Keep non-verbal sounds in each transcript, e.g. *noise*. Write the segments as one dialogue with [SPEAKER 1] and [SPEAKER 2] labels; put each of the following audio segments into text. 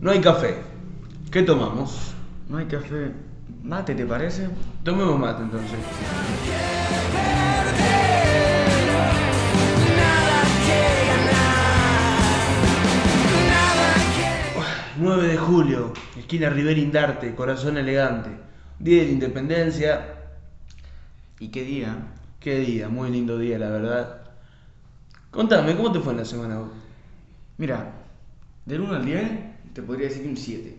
[SPEAKER 1] No hay café. ¿Qué tomamos?
[SPEAKER 2] No hay café. Mate, ¿te parece?
[SPEAKER 1] Tomemos mate entonces. Uah, 9 de julio, esquina River Indarte, corazón elegante. Día de la Independencia.
[SPEAKER 2] ¿Y qué día?
[SPEAKER 1] Qué día, muy lindo día, la verdad. Contame, ¿cómo te fue en la semana vos?
[SPEAKER 2] Mira, del 1 al 10 te podría decir que un 7.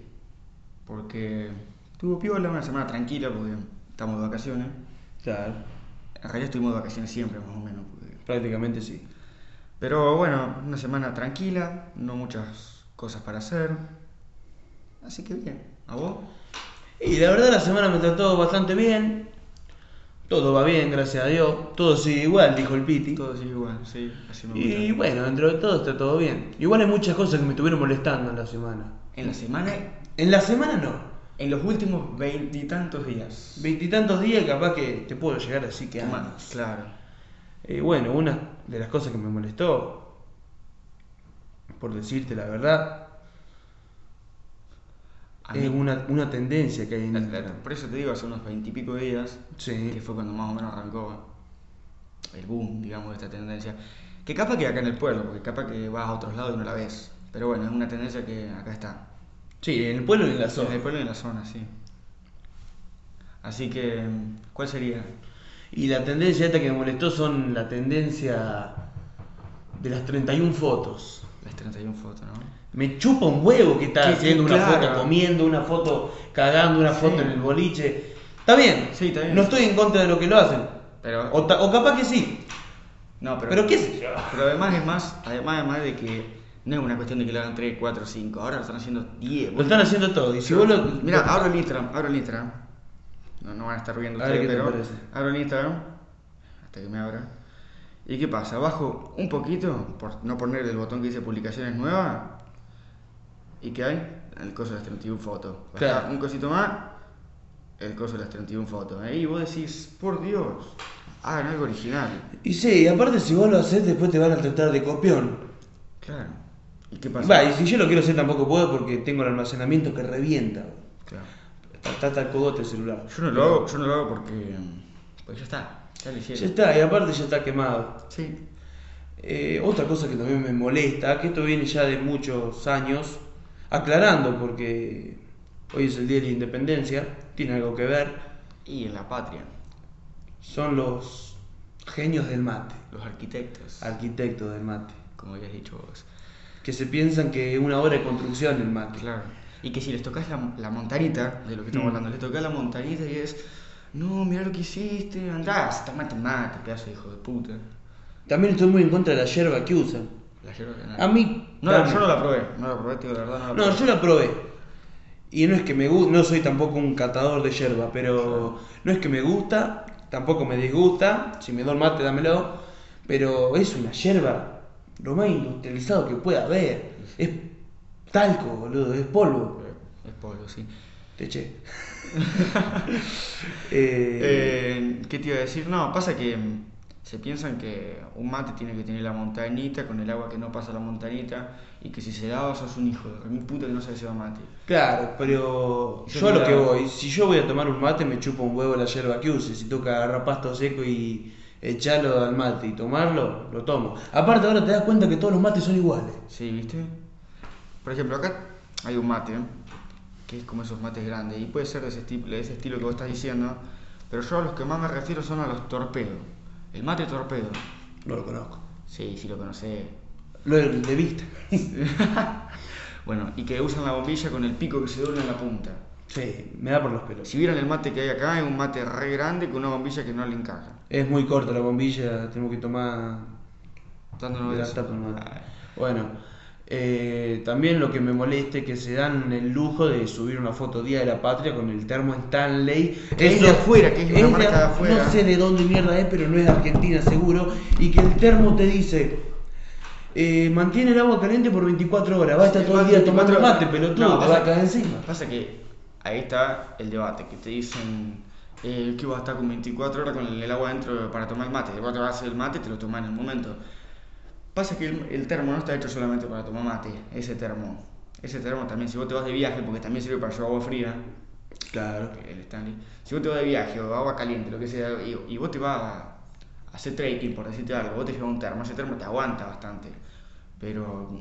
[SPEAKER 2] Porque tuvo piola, una semana tranquila, porque estamos de vacaciones.
[SPEAKER 1] Claro,
[SPEAKER 2] En realidad estuvimos de vacaciones siempre, más o menos. porque-
[SPEAKER 1] prácticamente sí.
[SPEAKER 2] Pero bueno, una semana tranquila, no muchas cosas para hacer. Así que bien. ¿A vos?
[SPEAKER 1] Y la verdad la semana me trató bastante bien. Todo va bien, gracias a Dios. Todo sigue igual, dijo el Piti.
[SPEAKER 2] Todo sigue igual, sí, así me gusta.
[SPEAKER 1] Y bueno, dentro de todo está todo bien. Igual hay muchas cosas que me estuvieron molestando en la semana.
[SPEAKER 2] En la semana,
[SPEAKER 1] En la semana no.
[SPEAKER 2] en los últimos veintitantos días.
[SPEAKER 1] Veintitantos días capaz que te puedo llegar así que años.
[SPEAKER 2] Más, claro.
[SPEAKER 1] Y bueno, una de las cosas que me molestó, por decirte la verdad,
[SPEAKER 2] A
[SPEAKER 1] es
[SPEAKER 2] mí-
[SPEAKER 1] una, una tendencia que hay en Instagram.
[SPEAKER 2] Por eso te digo, hace unos veintipico días,
[SPEAKER 1] Sí.
[SPEAKER 2] que fue cuando más o menos arrancó el boom, digamos, de esta tendencia. Que capaz que acá en el pueblo, porque capaz que vas a otros lados y no la ves. Pero bueno, es una tendencia que acá está.
[SPEAKER 1] Sí, en el pueblo y en la
[SPEAKER 2] En
[SPEAKER 1] zona.
[SPEAKER 2] el pueblo y en la zona, sí. Así que, ¿cuál sería?
[SPEAKER 1] Y la tendencia esta que me molestó son la tendencia de las 31 fotos.
[SPEAKER 2] Las 31 fotos, ¿no?
[SPEAKER 1] Me chupa un huevo que está
[SPEAKER 2] Que- que
[SPEAKER 1] haciendo una
[SPEAKER 2] claro.
[SPEAKER 1] foto comiendo, una foto cagando, una
[SPEAKER 2] Sí.
[SPEAKER 1] foto en el boliche. Está bien.
[SPEAKER 2] Sí, está bien.
[SPEAKER 1] No estoy en contra de lo que lo hacen.
[SPEAKER 2] Pero-
[SPEAKER 1] o, ta- o capaz que sí.
[SPEAKER 2] No, Ah, pero,
[SPEAKER 1] Pero qué sé yo.
[SPEAKER 2] pero además es más, además, además de que no es una cuestión de que lo hagan 3, 4, 5, ahora lo están haciendo 10.
[SPEAKER 1] Lo están haciendo todo. Y si vos lo.
[SPEAKER 2] Mira, abro el Instagram, abro el Instagram. No, no van a estar viendo
[SPEAKER 1] A ver qué
[SPEAKER 2] ustedes,
[SPEAKER 1] te
[SPEAKER 2] pero
[SPEAKER 1] parece.
[SPEAKER 2] abro el Instagram hasta que me abra. ¿Y qué pasa? Bajo un poquito por no poner el botón que dice publicaciones nuevas. ¿Y qué hay? El coso de las 31 fotos. Bajá
[SPEAKER 1] Claro.
[SPEAKER 2] Un cosito más, el coso de las 31 fotos. Ahí vos decís, por Dios, hagan algo original.
[SPEAKER 1] Y sí, y aparte si vos lo haces, después te van a tratar de copión.
[SPEAKER 2] Claro. ¿Y qué pasa?
[SPEAKER 1] Va, y si yo lo quiero hacer tampoco puedo porque tengo el almacenamiento que revienta.
[SPEAKER 2] Claro.
[SPEAKER 1] Está, está hasta el cogote el celular.
[SPEAKER 2] Yo no lo hago, yo no lo hago porque. Pues ya está, ya lo hicieron.
[SPEAKER 1] Ya está, y aparte ya está quemado.
[SPEAKER 2] Sí.
[SPEAKER 1] Eh, otra cosa que también me molesta, que esto viene ya de muchos años, aclarando porque hoy es el Día de la Independencia, tiene algo que ver,
[SPEAKER 2] Y en la patria,
[SPEAKER 1] son los genios del mate,
[SPEAKER 2] los arquitectos,
[SPEAKER 1] arquitectos del mate,
[SPEAKER 2] como habías dicho vos.
[SPEAKER 1] que se piensan que una obra de construcción el mate.
[SPEAKER 2] Claro. Y que si les tocas la, la montanita, de lo que estamos
[SPEAKER 1] Mm.
[SPEAKER 2] hablando, les tocas la montanita y es. No, mirá lo que hiciste, andás, tomate mate, pedazo de hijo de puta.
[SPEAKER 1] También estoy muy en contra de la yerba que usan.
[SPEAKER 2] La yerba que nada.
[SPEAKER 1] A mí...
[SPEAKER 2] No, la-
[SPEAKER 1] también-
[SPEAKER 2] yo no la probé, no la probé, tío, la verdad no la probé.
[SPEAKER 1] No, yo la probé. Y no es que me gusta, no soy tampoco un catador de yerba, pero no es que me gusta, tampoco me disgusta. Si me da el mate, dámelo. Pero es una yerba lo más industrializado que pueda haber. Es talco, boludo, es polvo.
[SPEAKER 2] Es polvo, sí.
[SPEAKER 1] Teche. Eh,
[SPEAKER 2] Eh, ¿Qué te iba a decir? No, pasa que mm, se piensan que un mate tiene que tener la montañita con el agua que no pasa la montañita y que si se da sos un hijo de un puta que no sabe llevar mate.
[SPEAKER 1] Claro, pero
[SPEAKER 2] Yo
[SPEAKER 1] yo a lo
[SPEAKER 2] la-
[SPEAKER 1] que voy, si yo voy a tomar un mate, me chupo un huevo la yerba que use. Si toca agarrar pasto seco y echarlo al mate y tomarlo, lo tomo. Aparte, ahora te das cuenta que todos los mates son iguales.
[SPEAKER 2] Sí, ¿viste? Por ejemplo, acá hay un mate que es como esos mates grandes y puede ser de ese, esti- de ese estilo que vos estás diciendo, pero yo a los que más me refiero son a los torpedos. El mate torpedo.
[SPEAKER 1] No lo conozco.
[SPEAKER 2] Sí, sí lo conocés.
[SPEAKER 1] Lo de, de vista.
[SPEAKER 2] bueno, y que usan la bombilla con el pico que se dobla en la punta.
[SPEAKER 1] *laughs* Sí, me da por los pelos.
[SPEAKER 2] Si vieran el mate que hay acá, es un mate re grande con una bombilla que no le encaja.
[SPEAKER 1] Es muy corta la bombilla, tenemos que tomar
[SPEAKER 2] Dándonos
[SPEAKER 1] de la
[SPEAKER 2] eso.
[SPEAKER 1] tapa nomás.
[SPEAKER 2] Ay,
[SPEAKER 1] Bueno, eh, también lo que me molesta es que se dan el lujo de subir una foto Día de la Patria con el termo Stanley.
[SPEAKER 2] Que es de afuera, que es una marca de afuera.
[SPEAKER 1] No sé de dónde mierda es, pero no es de Argentina seguro. Y que el termo te dice... eh, mantiene el agua caliente por 24 horas. Va a estar todo el día tomando
[SPEAKER 2] 24
[SPEAKER 1] mate, pelotudo,
[SPEAKER 2] No,
[SPEAKER 1] te va
[SPEAKER 2] pasa
[SPEAKER 1] a caer
[SPEAKER 2] que-
[SPEAKER 1] encima.
[SPEAKER 2] Pasa que ahí está el debate, que te dicen eh, que vas a estar con 24 horas con el, el agua adentro para tomar el mate. Vos te vas a hacer el mate y te lo tomás en el momento. Pasa que el, el termo no está hecho solamente para tomar mate, ese termo. Ese termo también, si vos te vas de viaje, porque también sirve para llevar agua fría,
[SPEAKER 1] Claro.
[SPEAKER 2] el Stanley. Si vos te vas de viaje o agua caliente, lo que sea, y, y vos te vas a hacer trekking, por decirte algo, vos te llevas un termo, ese termo te aguanta bastante. Pero.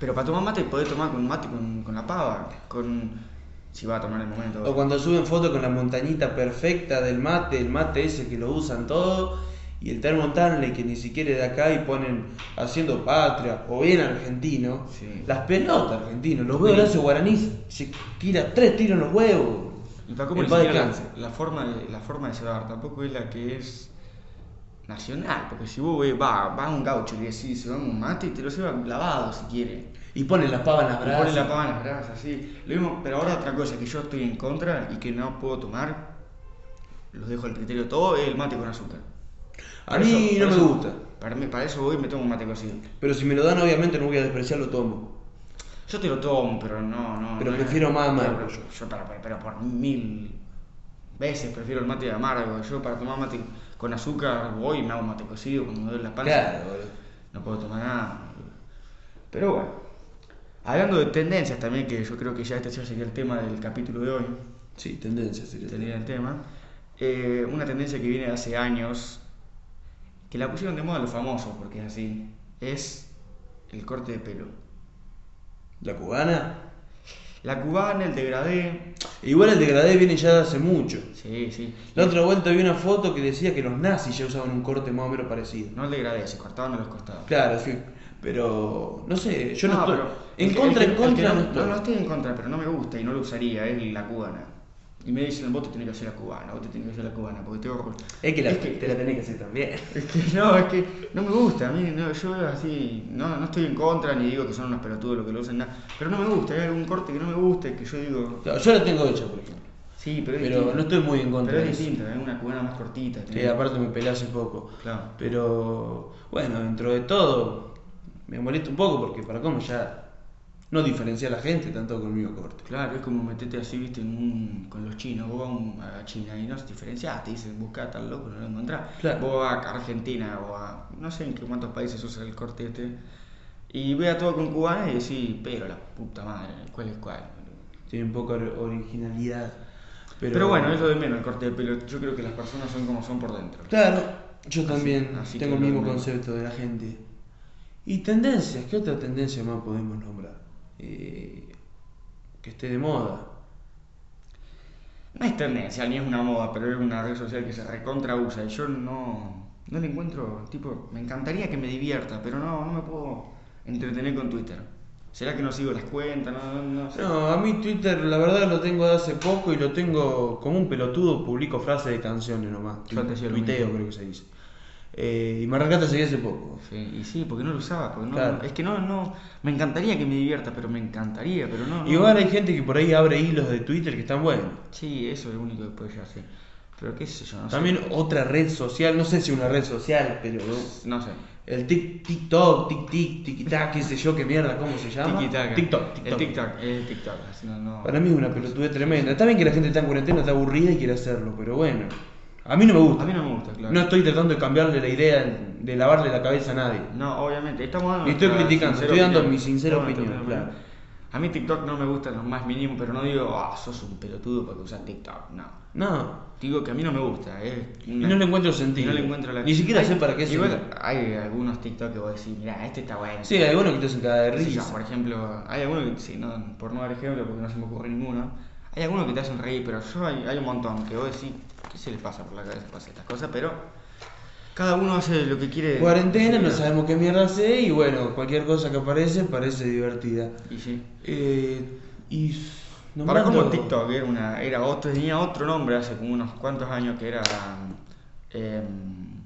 [SPEAKER 2] Pero para tomar mate podés tomar con mate con, con la pava, con. Si va a tomar el momento.
[SPEAKER 1] O cuando suben fotos con la montañita perfecta del mate, el mate ese que lo usan todo, y el termo Stanley que ni siquiera es de acá y ponen haciendo patria, o bien argentino,
[SPEAKER 2] Sí.
[SPEAKER 1] las pelotas argentinos, los veo Horacio Guaraní, se tira tres tiros en los huevos.
[SPEAKER 2] Y Paco ni
[SPEAKER 1] En paz
[SPEAKER 2] siquiera
[SPEAKER 1] descanse.
[SPEAKER 2] la, la forma de, la forma de cebar tampoco es la que es nacional, porque si vos ves, va, va a un gaucho y le decís, se va un mate y te lo lleva lavado si quiere.
[SPEAKER 1] Y ponen las pavas en las
[SPEAKER 2] Le pone
[SPEAKER 1] brasas.
[SPEAKER 2] la pava en las brasas, así. Lo mismo, pero ahora otra cosa que yo estoy en contra y que no puedo tomar, los dejo al criterio de todo, es el mate con azúcar.
[SPEAKER 1] A
[SPEAKER 2] Para
[SPEAKER 1] mí no
[SPEAKER 2] eso- para
[SPEAKER 1] me
[SPEAKER 2] eso-
[SPEAKER 1] gusta.
[SPEAKER 2] Para, mí- para eso voy y me tomo un mate cocido.
[SPEAKER 1] Pero si me lo dan, obviamente no voy a despreciar, lo tomo.
[SPEAKER 2] Yo te lo tomo, pero no, no.
[SPEAKER 1] Pero
[SPEAKER 2] no
[SPEAKER 1] prefiero más amargo.
[SPEAKER 2] Pero, Ah, yo- yo para, para- pero por mil veces prefiero el mate amargo. Yo para tomar mate con azúcar voy y me hago un mate cocido cuando me duele la panza.
[SPEAKER 1] Claro, boludo.
[SPEAKER 2] No puedo tomar nada. Pero bueno. Hablando de tendencias también, que yo creo que ya este ya sería el tema del capítulo de hoy.
[SPEAKER 1] Sí, tendencia sería.
[SPEAKER 2] Sería el tema. Eh, una tendencia que viene de hace años, que la pusieron de moda los famosos, porque es así, es el corte de pelo.
[SPEAKER 1] ¿La cubana?
[SPEAKER 2] La cubana, el degradé.
[SPEAKER 1] Igual el degradé viene ya de hace mucho.
[SPEAKER 2] Sí, sí.
[SPEAKER 1] La otra vuelta vi una foto que decía que los nazis ya usaban un corte más o menos parecido.
[SPEAKER 2] No el degradé, se cortaban a los costados.
[SPEAKER 1] Claro, sí. Pero no sé, yo no, estoy.
[SPEAKER 2] pero
[SPEAKER 1] En
[SPEAKER 2] el que-
[SPEAKER 1] contra,
[SPEAKER 2] el
[SPEAKER 1] en
[SPEAKER 2] que- el que
[SPEAKER 1] contra no,
[SPEAKER 2] no,
[SPEAKER 1] estoy.
[SPEAKER 2] no, no estoy en contra, pero no me gusta y no lo usaría, es la cubana. Y me dicen, vos te tenés que hacer la cubana, vos te tenés que hacer la cubana, porque tengo...
[SPEAKER 1] Es que, la, te la tenés que hacer también.
[SPEAKER 2] Es que *laughs* no, es que no me gusta, a mí no, yo veo así, no, no estoy en contra ni digo que son unos pelotudos los que lo usan, nada, pero no me gusta, hay algún corte que no me gusta que yo digo,
[SPEAKER 1] Claro, yo la tengo hecha, por ejemplo.
[SPEAKER 2] sí, pero, es
[SPEAKER 1] Pero
[SPEAKER 2] distinto.
[SPEAKER 1] no estoy muy en contra
[SPEAKER 2] Pero
[SPEAKER 1] de
[SPEAKER 2] es
[SPEAKER 1] eso.
[SPEAKER 2] distinto, es una cubana más cortita.
[SPEAKER 1] Que
[SPEAKER 2] tenés-
[SPEAKER 1] aparte me peleé hace poco.
[SPEAKER 2] Claro.
[SPEAKER 1] Pero bueno, dentro de todo me molesta un poco porque para cómo ya no diferencia a la gente tanto con el mismo corte.
[SPEAKER 2] Claro, es como meterte así, viste, en un- con los chinos, vos vas a un- a China y no se diferenciás, te dicen buscá tal loco, no lo encontrás.
[SPEAKER 1] Claro.
[SPEAKER 2] Vos vas a Argentina o a, no sé en qué cuántos países usan el corte este, y ve a todo con cubanos y decís, pero la puta madre, ¿cuál es cuál? boludo?".
[SPEAKER 1] Tiene poca or- originalidad. Pero,
[SPEAKER 2] Pero, bueno, es lo de menos el corte de pelo. Yo creo que las personas son como son por dentro.
[SPEAKER 1] Claro, yo también
[SPEAKER 2] así
[SPEAKER 1] tengo el
[SPEAKER 2] que
[SPEAKER 1] mismo
[SPEAKER 2] no-
[SPEAKER 1] concepto de la gente. Y tendencias, ¿qué otra tendencia más podemos nombrar? Eh, que esté de moda.
[SPEAKER 2] No es tendencia, ni es una moda, pero es una red social que se recontra usa. Y yo no, no le encuentro, tipo, me encantaría que me divierta, pero no, no me puedo entretener con Twitter. ¿Será que no sigo las cuentas? No, no, no sé.
[SPEAKER 1] No, a mí Twitter la verdad lo tengo de hace poco y lo tengo como un pelotudo, publico frases de canciones nomás.
[SPEAKER 2] Yo antes hacía lo
[SPEAKER 1] Tuiteo
[SPEAKER 2] mismo.
[SPEAKER 1] creo que se dice. Eh, y me rescata seguí hace poco.
[SPEAKER 2] Sí, y sí, porque no lo usaba, porque no,
[SPEAKER 1] Claro.
[SPEAKER 2] es que no, no, me encantaría que me divierta, pero me encantaría, pero no. no.
[SPEAKER 1] Igual hay gente que por ahí abre hilos de Twitter que están buenos.
[SPEAKER 2] Sí, eso es lo único que puede llegar a ser. Pero qué sé yo, no sé.
[SPEAKER 1] También otra red social, no sé si una red social, pero
[SPEAKER 2] No sé.
[SPEAKER 1] el tic, TikTok, tic tic, tiquitac, qué sé yo, qué mierda, ¿cómo se llama?
[SPEAKER 2] Tiki-taka.
[SPEAKER 1] TikTok,
[SPEAKER 2] El
[SPEAKER 1] TikTok.
[SPEAKER 2] TikTok, el TikTok. así no- no.
[SPEAKER 1] Para mí es una pelotudez tremenda. Está bien que la gente está en cuarentena, está aburrida y quiere hacerlo, pero bueno. A mí no me gusta.
[SPEAKER 2] A mí no me gusta, claro.
[SPEAKER 1] No estoy tratando de cambiarle la idea de lavarle la cabeza a nadie.
[SPEAKER 2] No, obviamente. Estamos dando
[SPEAKER 1] Ni estoy
[SPEAKER 2] nuestra
[SPEAKER 1] criticando,
[SPEAKER 2] sincera
[SPEAKER 1] estoy dando
[SPEAKER 2] opinión.
[SPEAKER 1] mi sincera
[SPEAKER 2] Estamos dando
[SPEAKER 1] opinión,
[SPEAKER 2] nuestra
[SPEAKER 1] claro.
[SPEAKER 2] A mí TikTok no me gusta en lo más mínimo, pero no digo, ah, sos un pelotudo porque usas TikTok. No.
[SPEAKER 1] No.
[SPEAKER 2] Digo que a mí no me gusta. Es una-
[SPEAKER 1] No le encuentro sentido.
[SPEAKER 2] No le encuentro la-
[SPEAKER 1] Ni siquiera
[SPEAKER 2] Hay-
[SPEAKER 1] sé para qué sirve.
[SPEAKER 2] Igual hay algunos TikTok que vos decís, mirá, este está bueno.
[SPEAKER 1] Sí, hay algunos que te hacen cada de
[SPEAKER 2] Qué sé yo,
[SPEAKER 1] risa.
[SPEAKER 2] por ejemplo, hay algunos que, sí, no, por no dar ejemplo, porque no se me ocurre ninguno, hay algunos que te hacen reír, pero yo hay, hay un montón que vos decís, ¿qué se les pasa por la cabeza para hacer estas cosas? Pero cada uno hace lo que quiere.
[SPEAKER 1] Cuarentena, no sabemos qué mierda hace y bueno, cualquier cosa que aparece parece divertida.
[SPEAKER 2] Y sí.
[SPEAKER 1] Eh, y.
[SPEAKER 2] Para
[SPEAKER 1] nombrando-
[SPEAKER 2] como TikTok era una, era otro, tenía otro nombre hace como unos cuantos años que era em,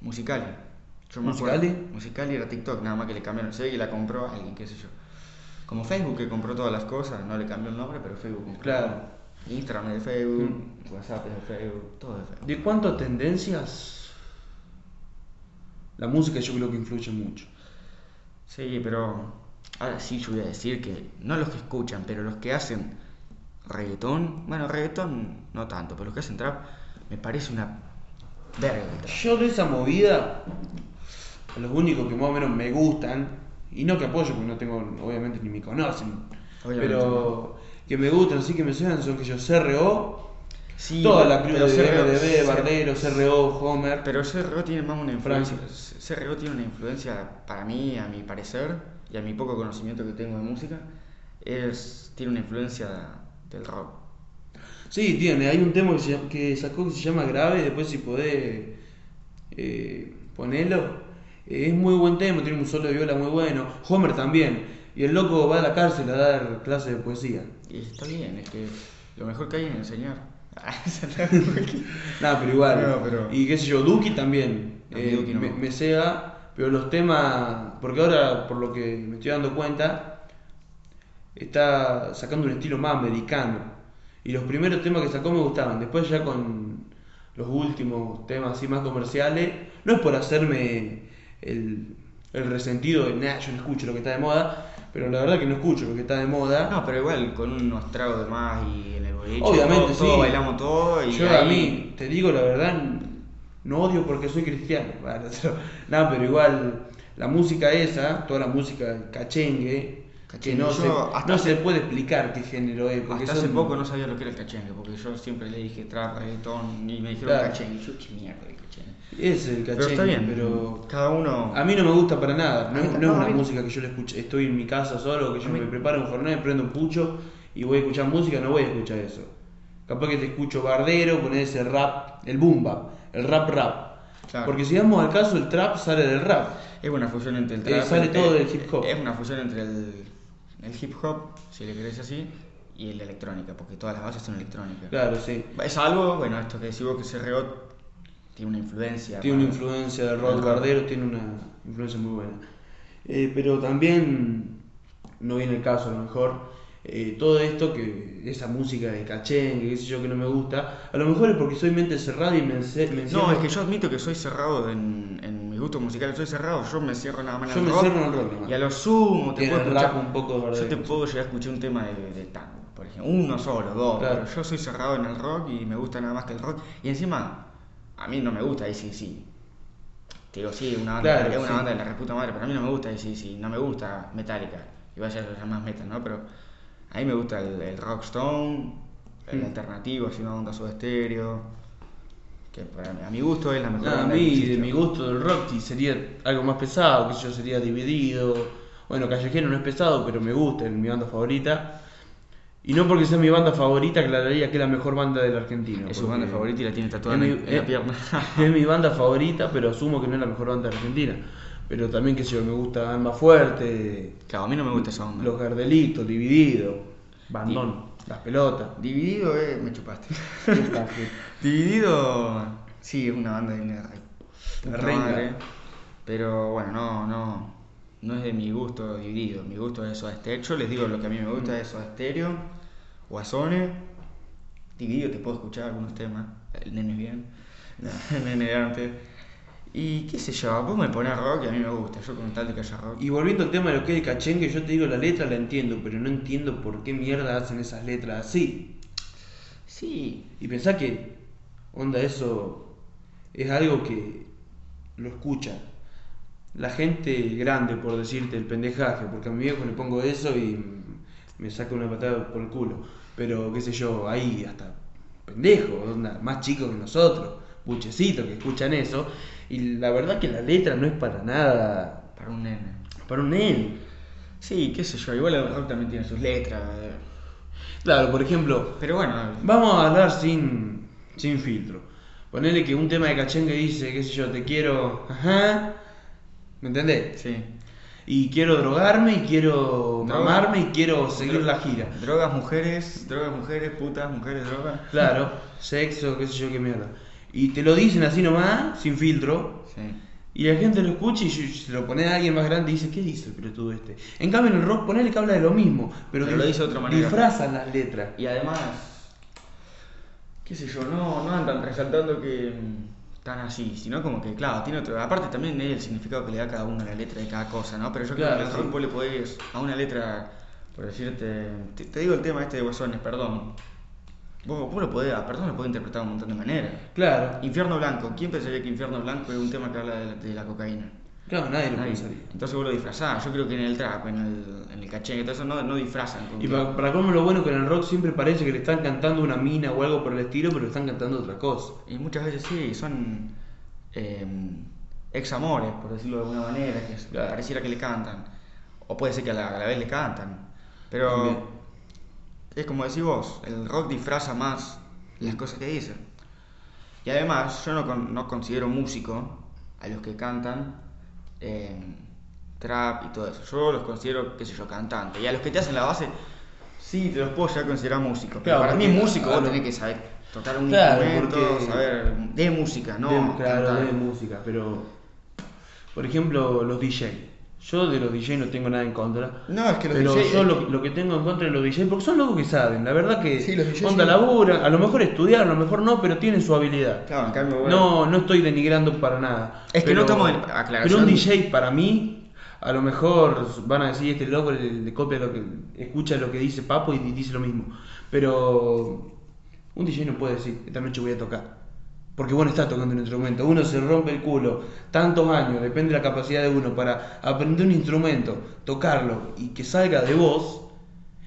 [SPEAKER 2] Musicali. Yo me acuerdo.
[SPEAKER 1] ¿Musicali?
[SPEAKER 2] Musicali era TikTok, nada más que le cambiaron, sé que la compró alguien, qué sé yo. Como Facebook que compró todas las cosas, no le cambió el nombre, pero Facebook compró.
[SPEAKER 1] Claro. Mm.
[SPEAKER 2] Instagram es de Facebook, WhatsApp es de Facebook, todo es de Facebook.
[SPEAKER 1] ¿De cuánto a tendencias? La música yo creo que influye mucho.
[SPEAKER 2] Sí, pero ahora sí yo voy a decir que no los que escuchan, pero los que hacen reggaetón, bueno, reggaetón no tanto, pero los que hacen trap me parece una verga el trap.
[SPEAKER 1] Yo de esa movida, los únicos que más o menos me gustan Y no que apoyo, porque no tengo, obviamente ni me conocen.
[SPEAKER 2] Obviamente.
[SPEAKER 1] Pero que me gustan, así que me suenan, son que yo CRO,
[SPEAKER 2] Sí,
[SPEAKER 1] toda la cruz
[SPEAKER 2] pero
[SPEAKER 1] de
[SPEAKER 2] CRO
[SPEAKER 1] RDB, Bardero, CRO, Homer.
[SPEAKER 2] Pero CRO tiene más una influencia.
[SPEAKER 1] Frank.
[SPEAKER 2] CRO tiene una influencia para mí, a mi parecer, y a mi poco conocimiento que tengo de música, es tiene una influencia del rock.
[SPEAKER 1] Sí, tiene, hay un tema que, se llama- que sacó que se llama Grave, después si podés eh, ponelo. Eh, es muy buen tema, tiene un solo de viola muy bueno. Homer también. Y el loco va a la cárcel a dar clases de poesía.
[SPEAKER 2] Y está bien, es que lo mejor que hay es enseñar. *laughs*
[SPEAKER 1] *laughs* Nada, pero igual.
[SPEAKER 2] No, pero-
[SPEAKER 1] Y qué sé yo, Duki también.
[SPEAKER 2] No,
[SPEAKER 1] Eh,
[SPEAKER 2] Duki no.
[SPEAKER 1] me, me ceba, pero los temas. Porque ahora, por lo que me estoy dando cuenta, está sacando un estilo más americano. Y los primeros temas que sacó me gustaban. Después, ya con los últimos temas así más comerciales, no es por hacerme el, el resentido de, nah, yo no escucho lo que está de moda, pero la verdad que no escucho lo que está de moda.
[SPEAKER 2] no, pero igual con unos tragos de más y en el boliche.
[SPEAKER 1] Obviamente,
[SPEAKER 2] todo,
[SPEAKER 1] sí.
[SPEAKER 2] todo, bailamos todo y
[SPEAKER 1] Yo
[SPEAKER 2] ahí-
[SPEAKER 1] a mí, te digo la verdad, no odio porque soy cristiano. *laughs* Bueno, eso- nada, pero igual, la música esa, toda la música cachengue, que
[SPEAKER 2] Cachengue,
[SPEAKER 1] no,
[SPEAKER 2] yo
[SPEAKER 1] se,
[SPEAKER 2] hasta
[SPEAKER 1] no
[SPEAKER 2] hace-
[SPEAKER 1] se puede explicar qué género es. Porque
[SPEAKER 2] Hasta hace
[SPEAKER 1] son-
[SPEAKER 2] poco no sabía lo que era el cachengue, porque yo siempre le dije trap, reggaetón, y me dijeron
[SPEAKER 1] Claro.
[SPEAKER 2] cachengue. Yo, qué mierda de cachengue.
[SPEAKER 1] Es el cachengue,
[SPEAKER 2] Pero está bien,
[SPEAKER 1] pero
[SPEAKER 2] cada uno.
[SPEAKER 1] A mí no me gusta para nada, no,
[SPEAKER 2] A mí
[SPEAKER 1] no es
[SPEAKER 2] tampoco,
[SPEAKER 1] una
[SPEAKER 2] a mí-
[SPEAKER 1] música que yo le escuche, estoy en mi casa solo, que yo
[SPEAKER 2] A mí-
[SPEAKER 1] me preparo un jornal, prendo un pucho y voy a escuchar música, no voy a escuchar eso. Capaz que te escucho bardero, con ese rap, el boom bap, el rap rap.
[SPEAKER 2] Claro.
[SPEAKER 1] Porque si vamos al caso, el trap sale del rap.
[SPEAKER 2] Es una fusión entre el
[SPEAKER 1] Eh,
[SPEAKER 2] trap.
[SPEAKER 1] sale
[SPEAKER 2] el-
[SPEAKER 1] todo
[SPEAKER 2] el-
[SPEAKER 1] del hip hop.
[SPEAKER 2] Es una fusión entre el, el hip hop, si le querés así, y la electrónica, porque todas las bases son electrónicas.
[SPEAKER 1] Claro, sí.
[SPEAKER 2] Es algo, bueno, esto que decís vos que CRO tiene una influencia.
[SPEAKER 1] Tiene una
[SPEAKER 2] para-
[SPEAKER 1] influencia del rock
[SPEAKER 2] Del rock.
[SPEAKER 1] bardero, tiene una influencia muy buena. Eh, pero también, no viene el caso a lo mejor, eh, todo esto, que esa música de cachengue, qué sé yo, que no me gusta, a lo mejor es porque soy mente cerrada y me, ence- me encierro-
[SPEAKER 2] No, es que yo admito que soy cerrado en, en mis gustos musicales, soy cerrado, yo me cierro nada más en
[SPEAKER 1] Yo
[SPEAKER 2] el
[SPEAKER 1] me
[SPEAKER 2] rock.
[SPEAKER 1] cierro en el rock nomás.
[SPEAKER 2] Y a lo sumo te
[SPEAKER 1] Y en
[SPEAKER 2] puedo
[SPEAKER 1] el
[SPEAKER 2] escuchar
[SPEAKER 1] rap un poco de
[SPEAKER 2] Yo
[SPEAKER 1] verdadero.
[SPEAKER 2] te puedo llegar a escuchar un tema de, de tango, por ejemplo, uno solo, dos,
[SPEAKER 1] Claro.
[SPEAKER 2] pero yo soy cerrado en el rock y me gusta nada más que el rock. Y encima, a mí no me gusta sí sí. Te digo, sí, una banda,
[SPEAKER 1] Claro,
[SPEAKER 2] es una
[SPEAKER 1] sí.
[SPEAKER 2] banda de la reputa madre, pero a mí no me gusta sí sí, no me gusta Metallica. Y vaya a más metal, ¿no? Pero a mí me gusta el, el rockstone, el
[SPEAKER 1] Mm.
[SPEAKER 2] alternativo, así una onda solo estéreo. Que para mí, Ah, a mi gusto es la mejor
[SPEAKER 1] Nada, a
[SPEAKER 2] banda que
[SPEAKER 1] mí, de
[SPEAKER 2] existe.
[SPEAKER 1] mi gusto del rock, y sería algo más pesado, que yo sería dividido. Bueno, Callejero no es pesado, pero me gusta, es mi banda favorita. Y no porque sea mi banda favorita, aclararía que es la mejor banda del argentino.
[SPEAKER 2] Es su banda favorita y la tiene tatuada
[SPEAKER 1] es
[SPEAKER 2] en,
[SPEAKER 1] mi-
[SPEAKER 2] en
[SPEAKER 1] eh,
[SPEAKER 2] la pierna.
[SPEAKER 1] *laughs* es mi banda favorita, pero asumo que no es la mejor banda de argentina. Pero también, que yo, me gusta Alma Fuerte,
[SPEAKER 2] *laughs* claro, a mí no me gusta esa onda.
[SPEAKER 1] Los Gardelitos, Dividido, Bandón, Las Pelotas.
[SPEAKER 2] Dividido, eh, me *laughs* chupaste.
[SPEAKER 1] Esta que-
[SPEAKER 2] Dividido, sí, es una banda de una re- puta
[SPEAKER 1] Renga.
[SPEAKER 2] madre, Pero bueno, no, no, no es de mi gusto dividido. Mi gusto es Soda Stereo. Yo les digo lo que a mí me gusta es Soda Stereo, Guasone. Dividido, te puedo escuchar algunos temas. El nene es bien. *laughs* El nene antes. Y qué sé yo, vos me pones rock y a mí me gusta. Yo con tal de que haya rock.
[SPEAKER 1] Y volviendo al tema de lo que es el cachengue, yo te digo la letra la entiendo, pero no entiendo por qué mierda hacen esas letras así.
[SPEAKER 2] Sí,
[SPEAKER 1] Y pensá que, onda, eso es algo que lo escucha la gente grande, por decirte, el pendejaje, porque a mi viejo le pongo eso y me saca una patada por el culo. Pero, qué sé yo, ahí hasta pendejo, onda, más chico que nosotros, buchecitos que escuchan eso. Y la verdad que la letra no es para nada,
[SPEAKER 2] para un nene.
[SPEAKER 1] para un nene.
[SPEAKER 2] Sí, qué sé yo, igual el rock también tiene sus letras. eh.
[SPEAKER 1] Claro, por ejemplo,
[SPEAKER 2] Pero bueno,
[SPEAKER 1] Vamos a hablar sin, sin filtro. Ponele que un tema de cachengue dice, qué sé yo, te quiero, ajá, ¿me entendés?
[SPEAKER 2] sí.
[SPEAKER 1] Y quiero drogarme, y quiero
[SPEAKER 2] Droga.
[SPEAKER 1] mamarme, y quiero seguir la gira.
[SPEAKER 2] Drogas, mujeres, drogas, mujeres, putas, mujeres, drogas.
[SPEAKER 1] Claro, sexo, qué sé yo, qué mierda. Y te lo dicen así nomás, sin filtro,
[SPEAKER 2] Sí.
[SPEAKER 1] y la gente lo escucha y yo- se lo pone a alguien más grande y dice, ¿qué dice el pelotudo este? En cambio en el rock ponele que habla de lo mismo, pero,
[SPEAKER 2] Pero lo
[SPEAKER 1] dif-
[SPEAKER 2] dice de otra manera.
[SPEAKER 1] disfrazan las letras.
[SPEAKER 2] Y además, qué sé yo, no, no andan resaltando que mm, tan así, sino como que, claro, tiene otro. Aparte también es el significado que le da cada uno a la letra de cada cosa, ¿no? Pero yo creo
[SPEAKER 1] Claro,
[SPEAKER 2] que en el
[SPEAKER 1] sí.
[SPEAKER 2] rock vos le podés a una letra, por decirte. Te, te digo el tema este de Guasones, perdón. Vos, vos lo podés, a perdón lo podés interpretar de un montón de maneras.
[SPEAKER 1] Claro,
[SPEAKER 2] Infierno Blanco. ¿Quién pensaría que Infierno Blanco es un tema que habla de la, de la cocaína?
[SPEAKER 1] Claro, nadie lo
[SPEAKER 2] Nadie.
[SPEAKER 1] puede salir.
[SPEAKER 2] Entonces vos lo disfrazás. Yo creo que en el trap, en el, en el cachengue, todo eso no, no disfrazan. con
[SPEAKER 1] Y
[SPEAKER 2] que-
[SPEAKER 1] para, para colmo lo bueno que en el rock siempre parece que le están cantando una mina o algo por el estilo, pero le están cantando otra cosa.
[SPEAKER 2] Y muchas veces sí, son eh, examores, por decirlo de alguna manera, que es-
[SPEAKER 1] Claro.
[SPEAKER 2] pareciera que le cantan. O puede ser que a la, a la vez le cantan. Pero
[SPEAKER 1] También.
[SPEAKER 2] es como decís vos, el rock disfraza más las cosas que dice. Y además, yo no, con- no considero músico a los que cantan eh, trap y todo eso. Yo los considero, qué sé yo, cantante. Y a los que te hacen la base, sí, te los puedo ya considerar músico. Pero
[SPEAKER 1] Claro,
[SPEAKER 2] para mí
[SPEAKER 1] porque-
[SPEAKER 2] músico vos
[SPEAKER 1] claro.
[SPEAKER 2] tenés que saber tocar un
[SPEAKER 1] Claro,
[SPEAKER 2] instrumento,
[SPEAKER 1] porque-
[SPEAKER 2] saber de música, no.
[SPEAKER 1] De- claro,
[SPEAKER 2] cantar.
[SPEAKER 1] de música, pero. Por ejemplo, los DJ. Yo de los DJ no tengo nada en contra.
[SPEAKER 2] No, es Ah, que los
[SPEAKER 1] pero
[SPEAKER 2] DJ
[SPEAKER 1] yo lo, lo que tengo en contra de los DJ, porque son locos que saben, la verdad que
[SPEAKER 2] Sí, los DJ
[SPEAKER 1] onda
[SPEAKER 2] sí.
[SPEAKER 1] labura, a lo mejor estudiaron, a lo mejor no, pero tienen su habilidad.
[SPEAKER 2] Claro, en cambio, bueno,
[SPEAKER 1] No, no estoy denigrando para nada.
[SPEAKER 2] Es que no estamos en-
[SPEAKER 1] Pero
[SPEAKER 2] aclaración.
[SPEAKER 1] un DJ para mí, a lo mejor van a decir este loco le, le copia lo que escucha lo que dice Papo y dice lo mismo. Pero un DJ no puede decir esta noche voy a tocar. Porque vos no estás tocando un instrumento, uno se rompe el culo tantos años, depende de la capacidad de uno para aprender un instrumento, tocarlo y que salga de vos.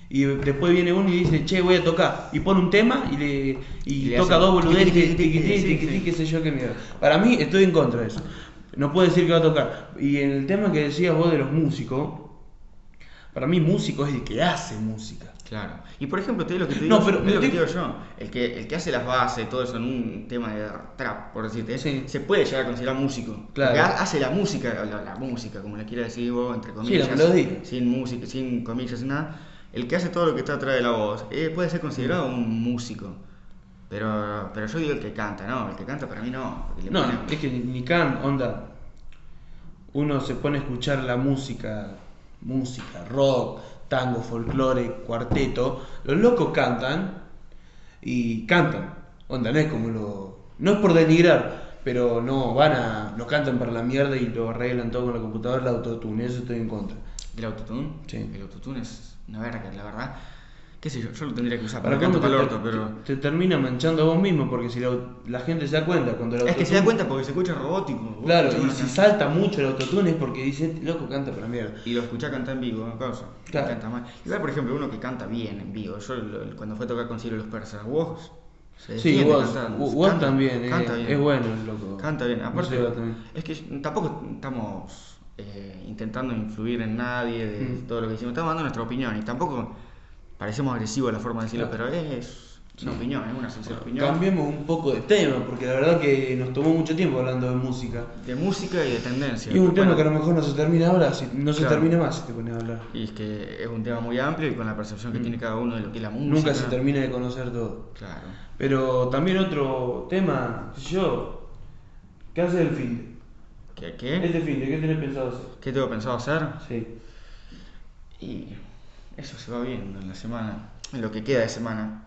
[SPEAKER 1] Y después viene uno y dice, che, voy a tocar. Y pone un tema y, le, y
[SPEAKER 2] Y le
[SPEAKER 1] toca
[SPEAKER 2] hace-
[SPEAKER 1] dos boludeces,
[SPEAKER 2] tiqui,
[SPEAKER 1] tiqui,
[SPEAKER 2] tiqui, tiqui,
[SPEAKER 1] tiqui,
[SPEAKER 2] sí,
[SPEAKER 1] tiqui,
[SPEAKER 2] sí.
[SPEAKER 1] qué sé yo, qué mierda. Para mí, estoy en contra de eso. No puedo decir que va a tocar. Y en el tema que decías vos de los músicos, para mí músico es el que hace música.
[SPEAKER 2] Claro. Y por ejemplo, te digo lo que te digo,
[SPEAKER 1] No, pero
[SPEAKER 2] es
[SPEAKER 1] me
[SPEAKER 2] lo que te
[SPEAKER 1] digo-
[SPEAKER 2] digo yo. El que, el que hace las bases, todo eso en un tema de trap, por decirte,
[SPEAKER 1] Sí.
[SPEAKER 2] se puede llegar a considerar músico.
[SPEAKER 1] Claro.
[SPEAKER 2] Porque ha- hace la música, la, la música, como la quiera decir vos, entre comillas.
[SPEAKER 1] melodía.
[SPEAKER 2] Sin música, sin comillas, sin nada. El que hace todo lo que está atrás de la voz, eh, puede ser considerado un músico. Pero, pero yo digo el que canta, no, el que canta para mí no. porque le
[SPEAKER 1] No,
[SPEAKER 2] pone-
[SPEAKER 1] es que ni- ni can, onda. Uno se pone a escuchar la música, música, rock, tango, folclore, cuarteto. Los locos cantan y cantan. Onda, no es como lo. No es por denigrar, pero no van a. No cantan para la mierda y lo arreglan todo con la computadora, el autotune. Eso estoy en contra.
[SPEAKER 2] ¿El autotune?
[SPEAKER 1] Sí.
[SPEAKER 2] El autotune es una verga, la verdad. ¿Qué sé yo? Yo lo tendría que usar
[SPEAKER 1] Para
[SPEAKER 2] para
[SPEAKER 1] cómo
[SPEAKER 2] canto
[SPEAKER 1] te,
[SPEAKER 2] para el orto, Ah, pero.
[SPEAKER 1] te- te termina manchando vos mismo, porque si la, au- la gente se da cuenta cuando el
[SPEAKER 2] Es que se
[SPEAKER 1] autotune-
[SPEAKER 2] da cuenta porque se escucha robótico. vos
[SPEAKER 1] Claro,
[SPEAKER 2] escuchás
[SPEAKER 1] y
[SPEAKER 2] una
[SPEAKER 1] si
[SPEAKER 2] canción
[SPEAKER 1] salta mucho el autotune es porque dice, "Este loco, canta para mierda.
[SPEAKER 2] y lo escuchás cantar en vivo, ¿no? causa. y
[SPEAKER 1] Claro.
[SPEAKER 2] Canta mal. Igual, por ejemplo, uno que canta bien en vivo. Yo lo- cuando fue a tocar con Ciro los Persas, vos. se
[SPEAKER 1] Sí,
[SPEAKER 2] defiende
[SPEAKER 1] vos,
[SPEAKER 2] cantando,
[SPEAKER 1] vos-
[SPEAKER 2] se
[SPEAKER 1] vos
[SPEAKER 2] canta-
[SPEAKER 1] también, eh,
[SPEAKER 2] canta bien.
[SPEAKER 1] es bueno el loco.
[SPEAKER 2] Canta bien,
[SPEAKER 1] No
[SPEAKER 2] aparte.
[SPEAKER 1] sé, vos también.
[SPEAKER 2] es que tampoco estamos eh, intentando influir en nadie de
[SPEAKER 1] Mm.
[SPEAKER 2] todo lo que decimos. Estamos dando nuestra opinión y tampoco parecemos agresivos a la forma de decirlo,
[SPEAKER 1] Claro.
[SPEAKER 2] pero es una opinión, es una sincera opinión.
[SPEAKER 1] Cambiemos un poco de tema, porque la verdad que nos tomó mucho tiempo hablando de música.
[SPEAKER 2] De música y de tendencia.
[SPEAKER 1] y es un tema
[SPEAKER 2] Bueno,
[SPEAKER 1] que a lo mejor no se termina ahora, si- no se
[SPEAKER 2] Claro.
[SPEAKER 1] termina más si te pones a hablar.
[SPEAKER 2] Y es que es un tema muy amplio y con la percepción que tiene cada uno de lo que es la música.
[SPEAKER 1] Mm. Nunca se termina de conocer todo.
[SPEAKER 2] Claro.
[SPEAKER 1] Pero también otro tema, qué sé yo, ¿qué haces el fin?
[SPEAKER 2] ¿Qué,
[SPEAKER 1] de?
[SPEAKER 2] qué?
[SPEAKER 1] Este fin, de ¿qué tenés pensado hacer?
[SPEAKER 2] ¿Qué tengo pensado hacer?
[SPEAKER 1] Sí.
[SPEAKER 2] Y eso se va viendo en la semana, en lo que queda de semana.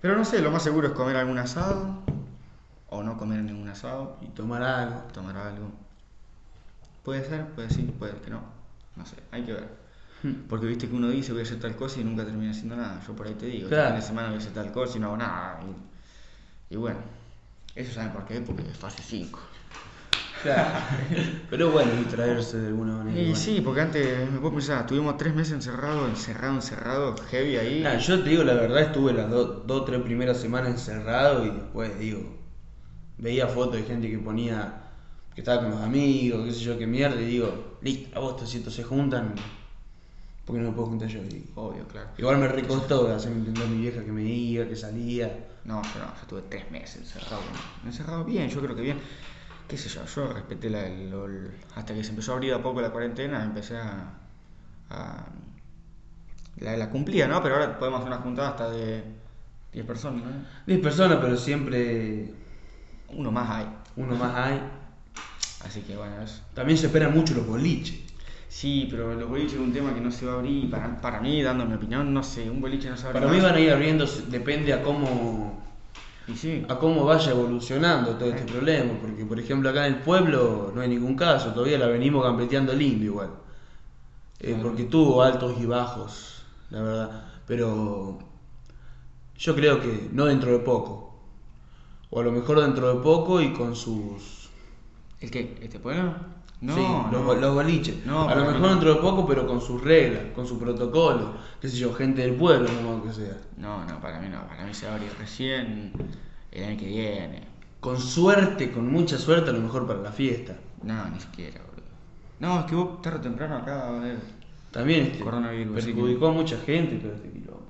[SPEAKER 2] Pero no sé, lo más seguro es comer algún asado o no comer ningún asado,
[SPEAKER 1] Y tomar algo.
[SPEAKER 2] tomar algo. Puede ser, puede sí, puede que no. No sé, hay que ver. Porque viste que uno dice voy a hacer tal cosa y nunca termina haciendo nada. Yo por ahí te digo,
[SPEAKER 1] Claro.
[SPEAKER 2] este fin de semana voy a hacer tal cosa y no hago nada. Y, y bueno, eso saben por qué, porque es fase 5.
[SPEAKER 1] Claro.
[SPEAKER 2] *laughs*
[SPEAKER 1] Pero bueno, distraerse de alguna manera.
[SPEAKER 2] Y
[SPEAKER 1] bueno.
[SPEAKER 2] sí, porque antes, me puedo pensar, estuvimos tres meses encerrados, encerrado, encerrado, heavy ahí.
[SPEAKER 1] Nah, yo te digo la verdad, estuve las do- dos o tres primeras semanas encerrado y después, digo, veía fotos de gente que ponía que estaba con los amigos, qué sé yo, qué mierda, y digo, listo, a vos estos cientos se juntan, porque no me puedo juntar yo. Y-
[SPEAKER 2] Obvio, claro.
[SPEAKER 1] igual me recostó hacerme entender a mi vieja que me iba, que salía.
[SPEAKER 2] No, yo no, yo estuve tres meses encerrado. Encerrado bien, yo creo que bien. Qué sé yo, yo respeté la, lo- el- hasta que se empezó a abrir a poco la cuarentena, empecé a... a- la, la cumplía, ¿no? Pero ahora podemos hacer una juntada hasta de 10 personas, ¿no?
[SPEAKER 1] 10 personas, pero siempre
[SPEAKER 2] Uno más hay.
[SPEAKER 1] uno más hay.
[SPEAKER 2] Así que bueno, es...
[SPEAKER 1] También se esperan mucho los boliches.
[SPEAKER 2] Sí, pero los boliches es un tema que no se va a abrir. y Para, para mí, dando mi opinión, no sé, un boliche no se va a abrir.
[SPEAKER 1] Para mí
[SPEAKER 2] más.
[SPEAKER 1] van a ir abriendo, depende a cómo
[SPEAKER 2] Y sí.
[SPEAKER 1] a cómo vaya evolucionando todo este problema, porque por ejemplo acá en el pueblo no hay ningún caso, todavía la venimos gambeteando lindo igual, Eh,
[SPEAKER 2] Claro.
[SPEAKER 1] porque tuvo altos y bajos, la verdad, pero yo creo que no dentro de poco, o a lo mejor dentro de poco y con sus...
[SPEAKER 2] ¿El qué? ¿Este pueblo? No,
[SPEAKER 1] Sí, los,
[SPEAKER 2] no.
[SPEAKER 1] bo- los boliches.
[SPEAKER 2] No,
[SPEAKER 1] a lo
[SPEAKER 2] para
[SPEAKER 1] mejor
[SPEAKER 2] mí no.
[SPEAKER 1] dentro de poco, pero con sus reglas, con su protocolo. Qué sé yo, gente del pueblo, no que sea.
[SPEAKER 2] No, no, para mí no. Para mí se va a abrir recién el año que viene.
[SPEAKER 1] Con suerte, con mucha suerte, a lo mejor para la fiesta.
[SPEAKER 2] No, ni siquiera, boludo. No, es que vos tarde o temprano acá va a haber.
[SPEAKER 1] También este,
[SPEAKER 2] Coronavirus, sí.
[SPEAKER 1] perjudicó a mucha gente todo este quilombo.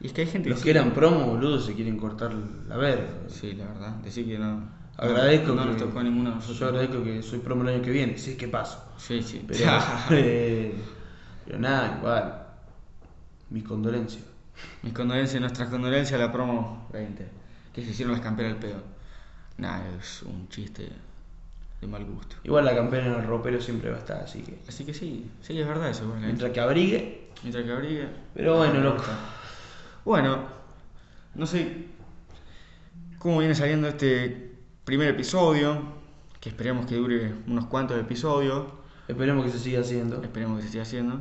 [SPEAKER 2] Y es que hay gente
[SPEAKER 1] Los
[SPEAKER 2] sí-
[SPEAKER 1] que eran promo, boludo, se quieren cortar la verga.
[SPEAKER 2] Sí, la verdad. Decir que no.
[SPEAKER 1] Agradezco
[SPEAKER 2] No
[SPEAKER 1] que-
[SPEAKER 2] nos tocó a ninguno de
[SPEAKER 1] Yo
[SPEAKER 2] nosotros.
[SPEAKER 1] agradezco que soy promo el año que viene, si es que paso.
[SPEAKER 2] Sí, sí.
[SPEAKER 1] Pero, *laughs* eh, pero nada, igual. Mis condolencias.
[SPEAKER 2] Mis condolencias, nuestras condolencias a la promo 20. Que se hicieron las camperas al pedo. Nah, es un chiste de mal gusto.
[SPEAKER 1] Igual la campera en el ropero siempre va a estar, así que.
[SPEAKER 2] Así que sí, sí, es verdad eso, bueno. Mientras,
[SPEAKER 1] Mientras que abrigue.
[SPEAKER 2] mientras que abrigue.
[SPEAKER 1] Pero bueno, loco.
[SPEAKER 2] Bueno, no sé cómo viene saliendo este primer episodio, que esperemos que dure unos cuantos episodios,
[SPEAKER 1] Esperemos que se siga haciendo.
[SPEAKER 2] esperemos que se siga haciendo,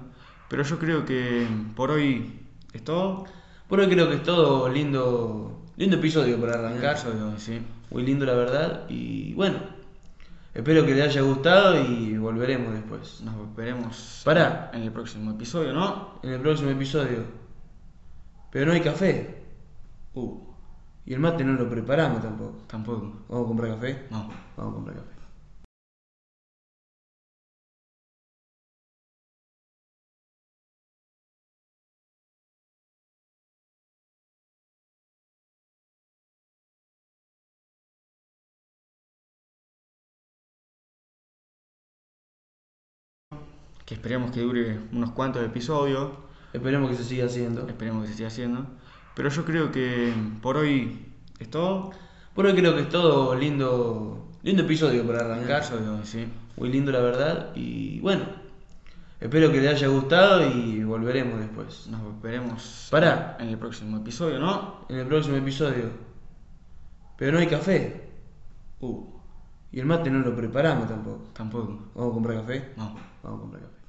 [SPEAKER 2] pero yo creo que por hoy es todo.
[SPEAKER 1] Por hoy creo que es todo lindo. Lindo episodio para arrancar.
[SPEAKER 2] Episodio, sí.
[SPEAKER 1] Muy lindo la verdad. Y bueno. Espero que les haya gustado y volveremos después.
[SPEAKER 2] Nos veremos
[SPEAKER 1] Pará,
[SPEAKER 2] en el próximo episodio, ¿no?
[SPEAKER 1] en el próximo episodio. Pero no hay café.
[SPEAKER 2] Uh,
[SPEAKER 1] Y el mate no lo preparamos tampoco.
[SPEAKER 2] tampoco.
[SPEAKER 1] ¿Vamos a comprar café?
[SPEAKER 2] No.
[SPEAKER 1] Vamos a comprar café.
[SPEAKER 2] Que esperemos que dure unos cuantos episodios,
[SPEAKER 1] Esperemos que se siga haciendo.
[SPEAKER 2] esperemos que se siga haciendo, pero yo creo que por hoy es todo.
[SPEAKER 1] Por hoy creo que es todo lindo. Lindo episodio para arrancar.
[SPEAKER 2] Episodio, sí.
[SPEAKER 1] Muy lindo la verdad. Y bueno. Espero que les haya gustado y volveremos después.
[SPEAKER 2] Nos veremos
[SPEAKER 1] Pará,
[SPEAKER 2] en el próximo episodio, ¿no?
[SPEAKER 1] en el próximo episodio. Pero no hay café.
[SPEAKER 2] Uh,
[SPEAKER 1] Y el mate no lo preparamos tampoco.
[SPEAKER 2] tampoco.
[SPEAKER 1] ¿Vamos a comprar café?
[SPEAKER 2] No.
[SPEAKER 1] Vamos a comprar café.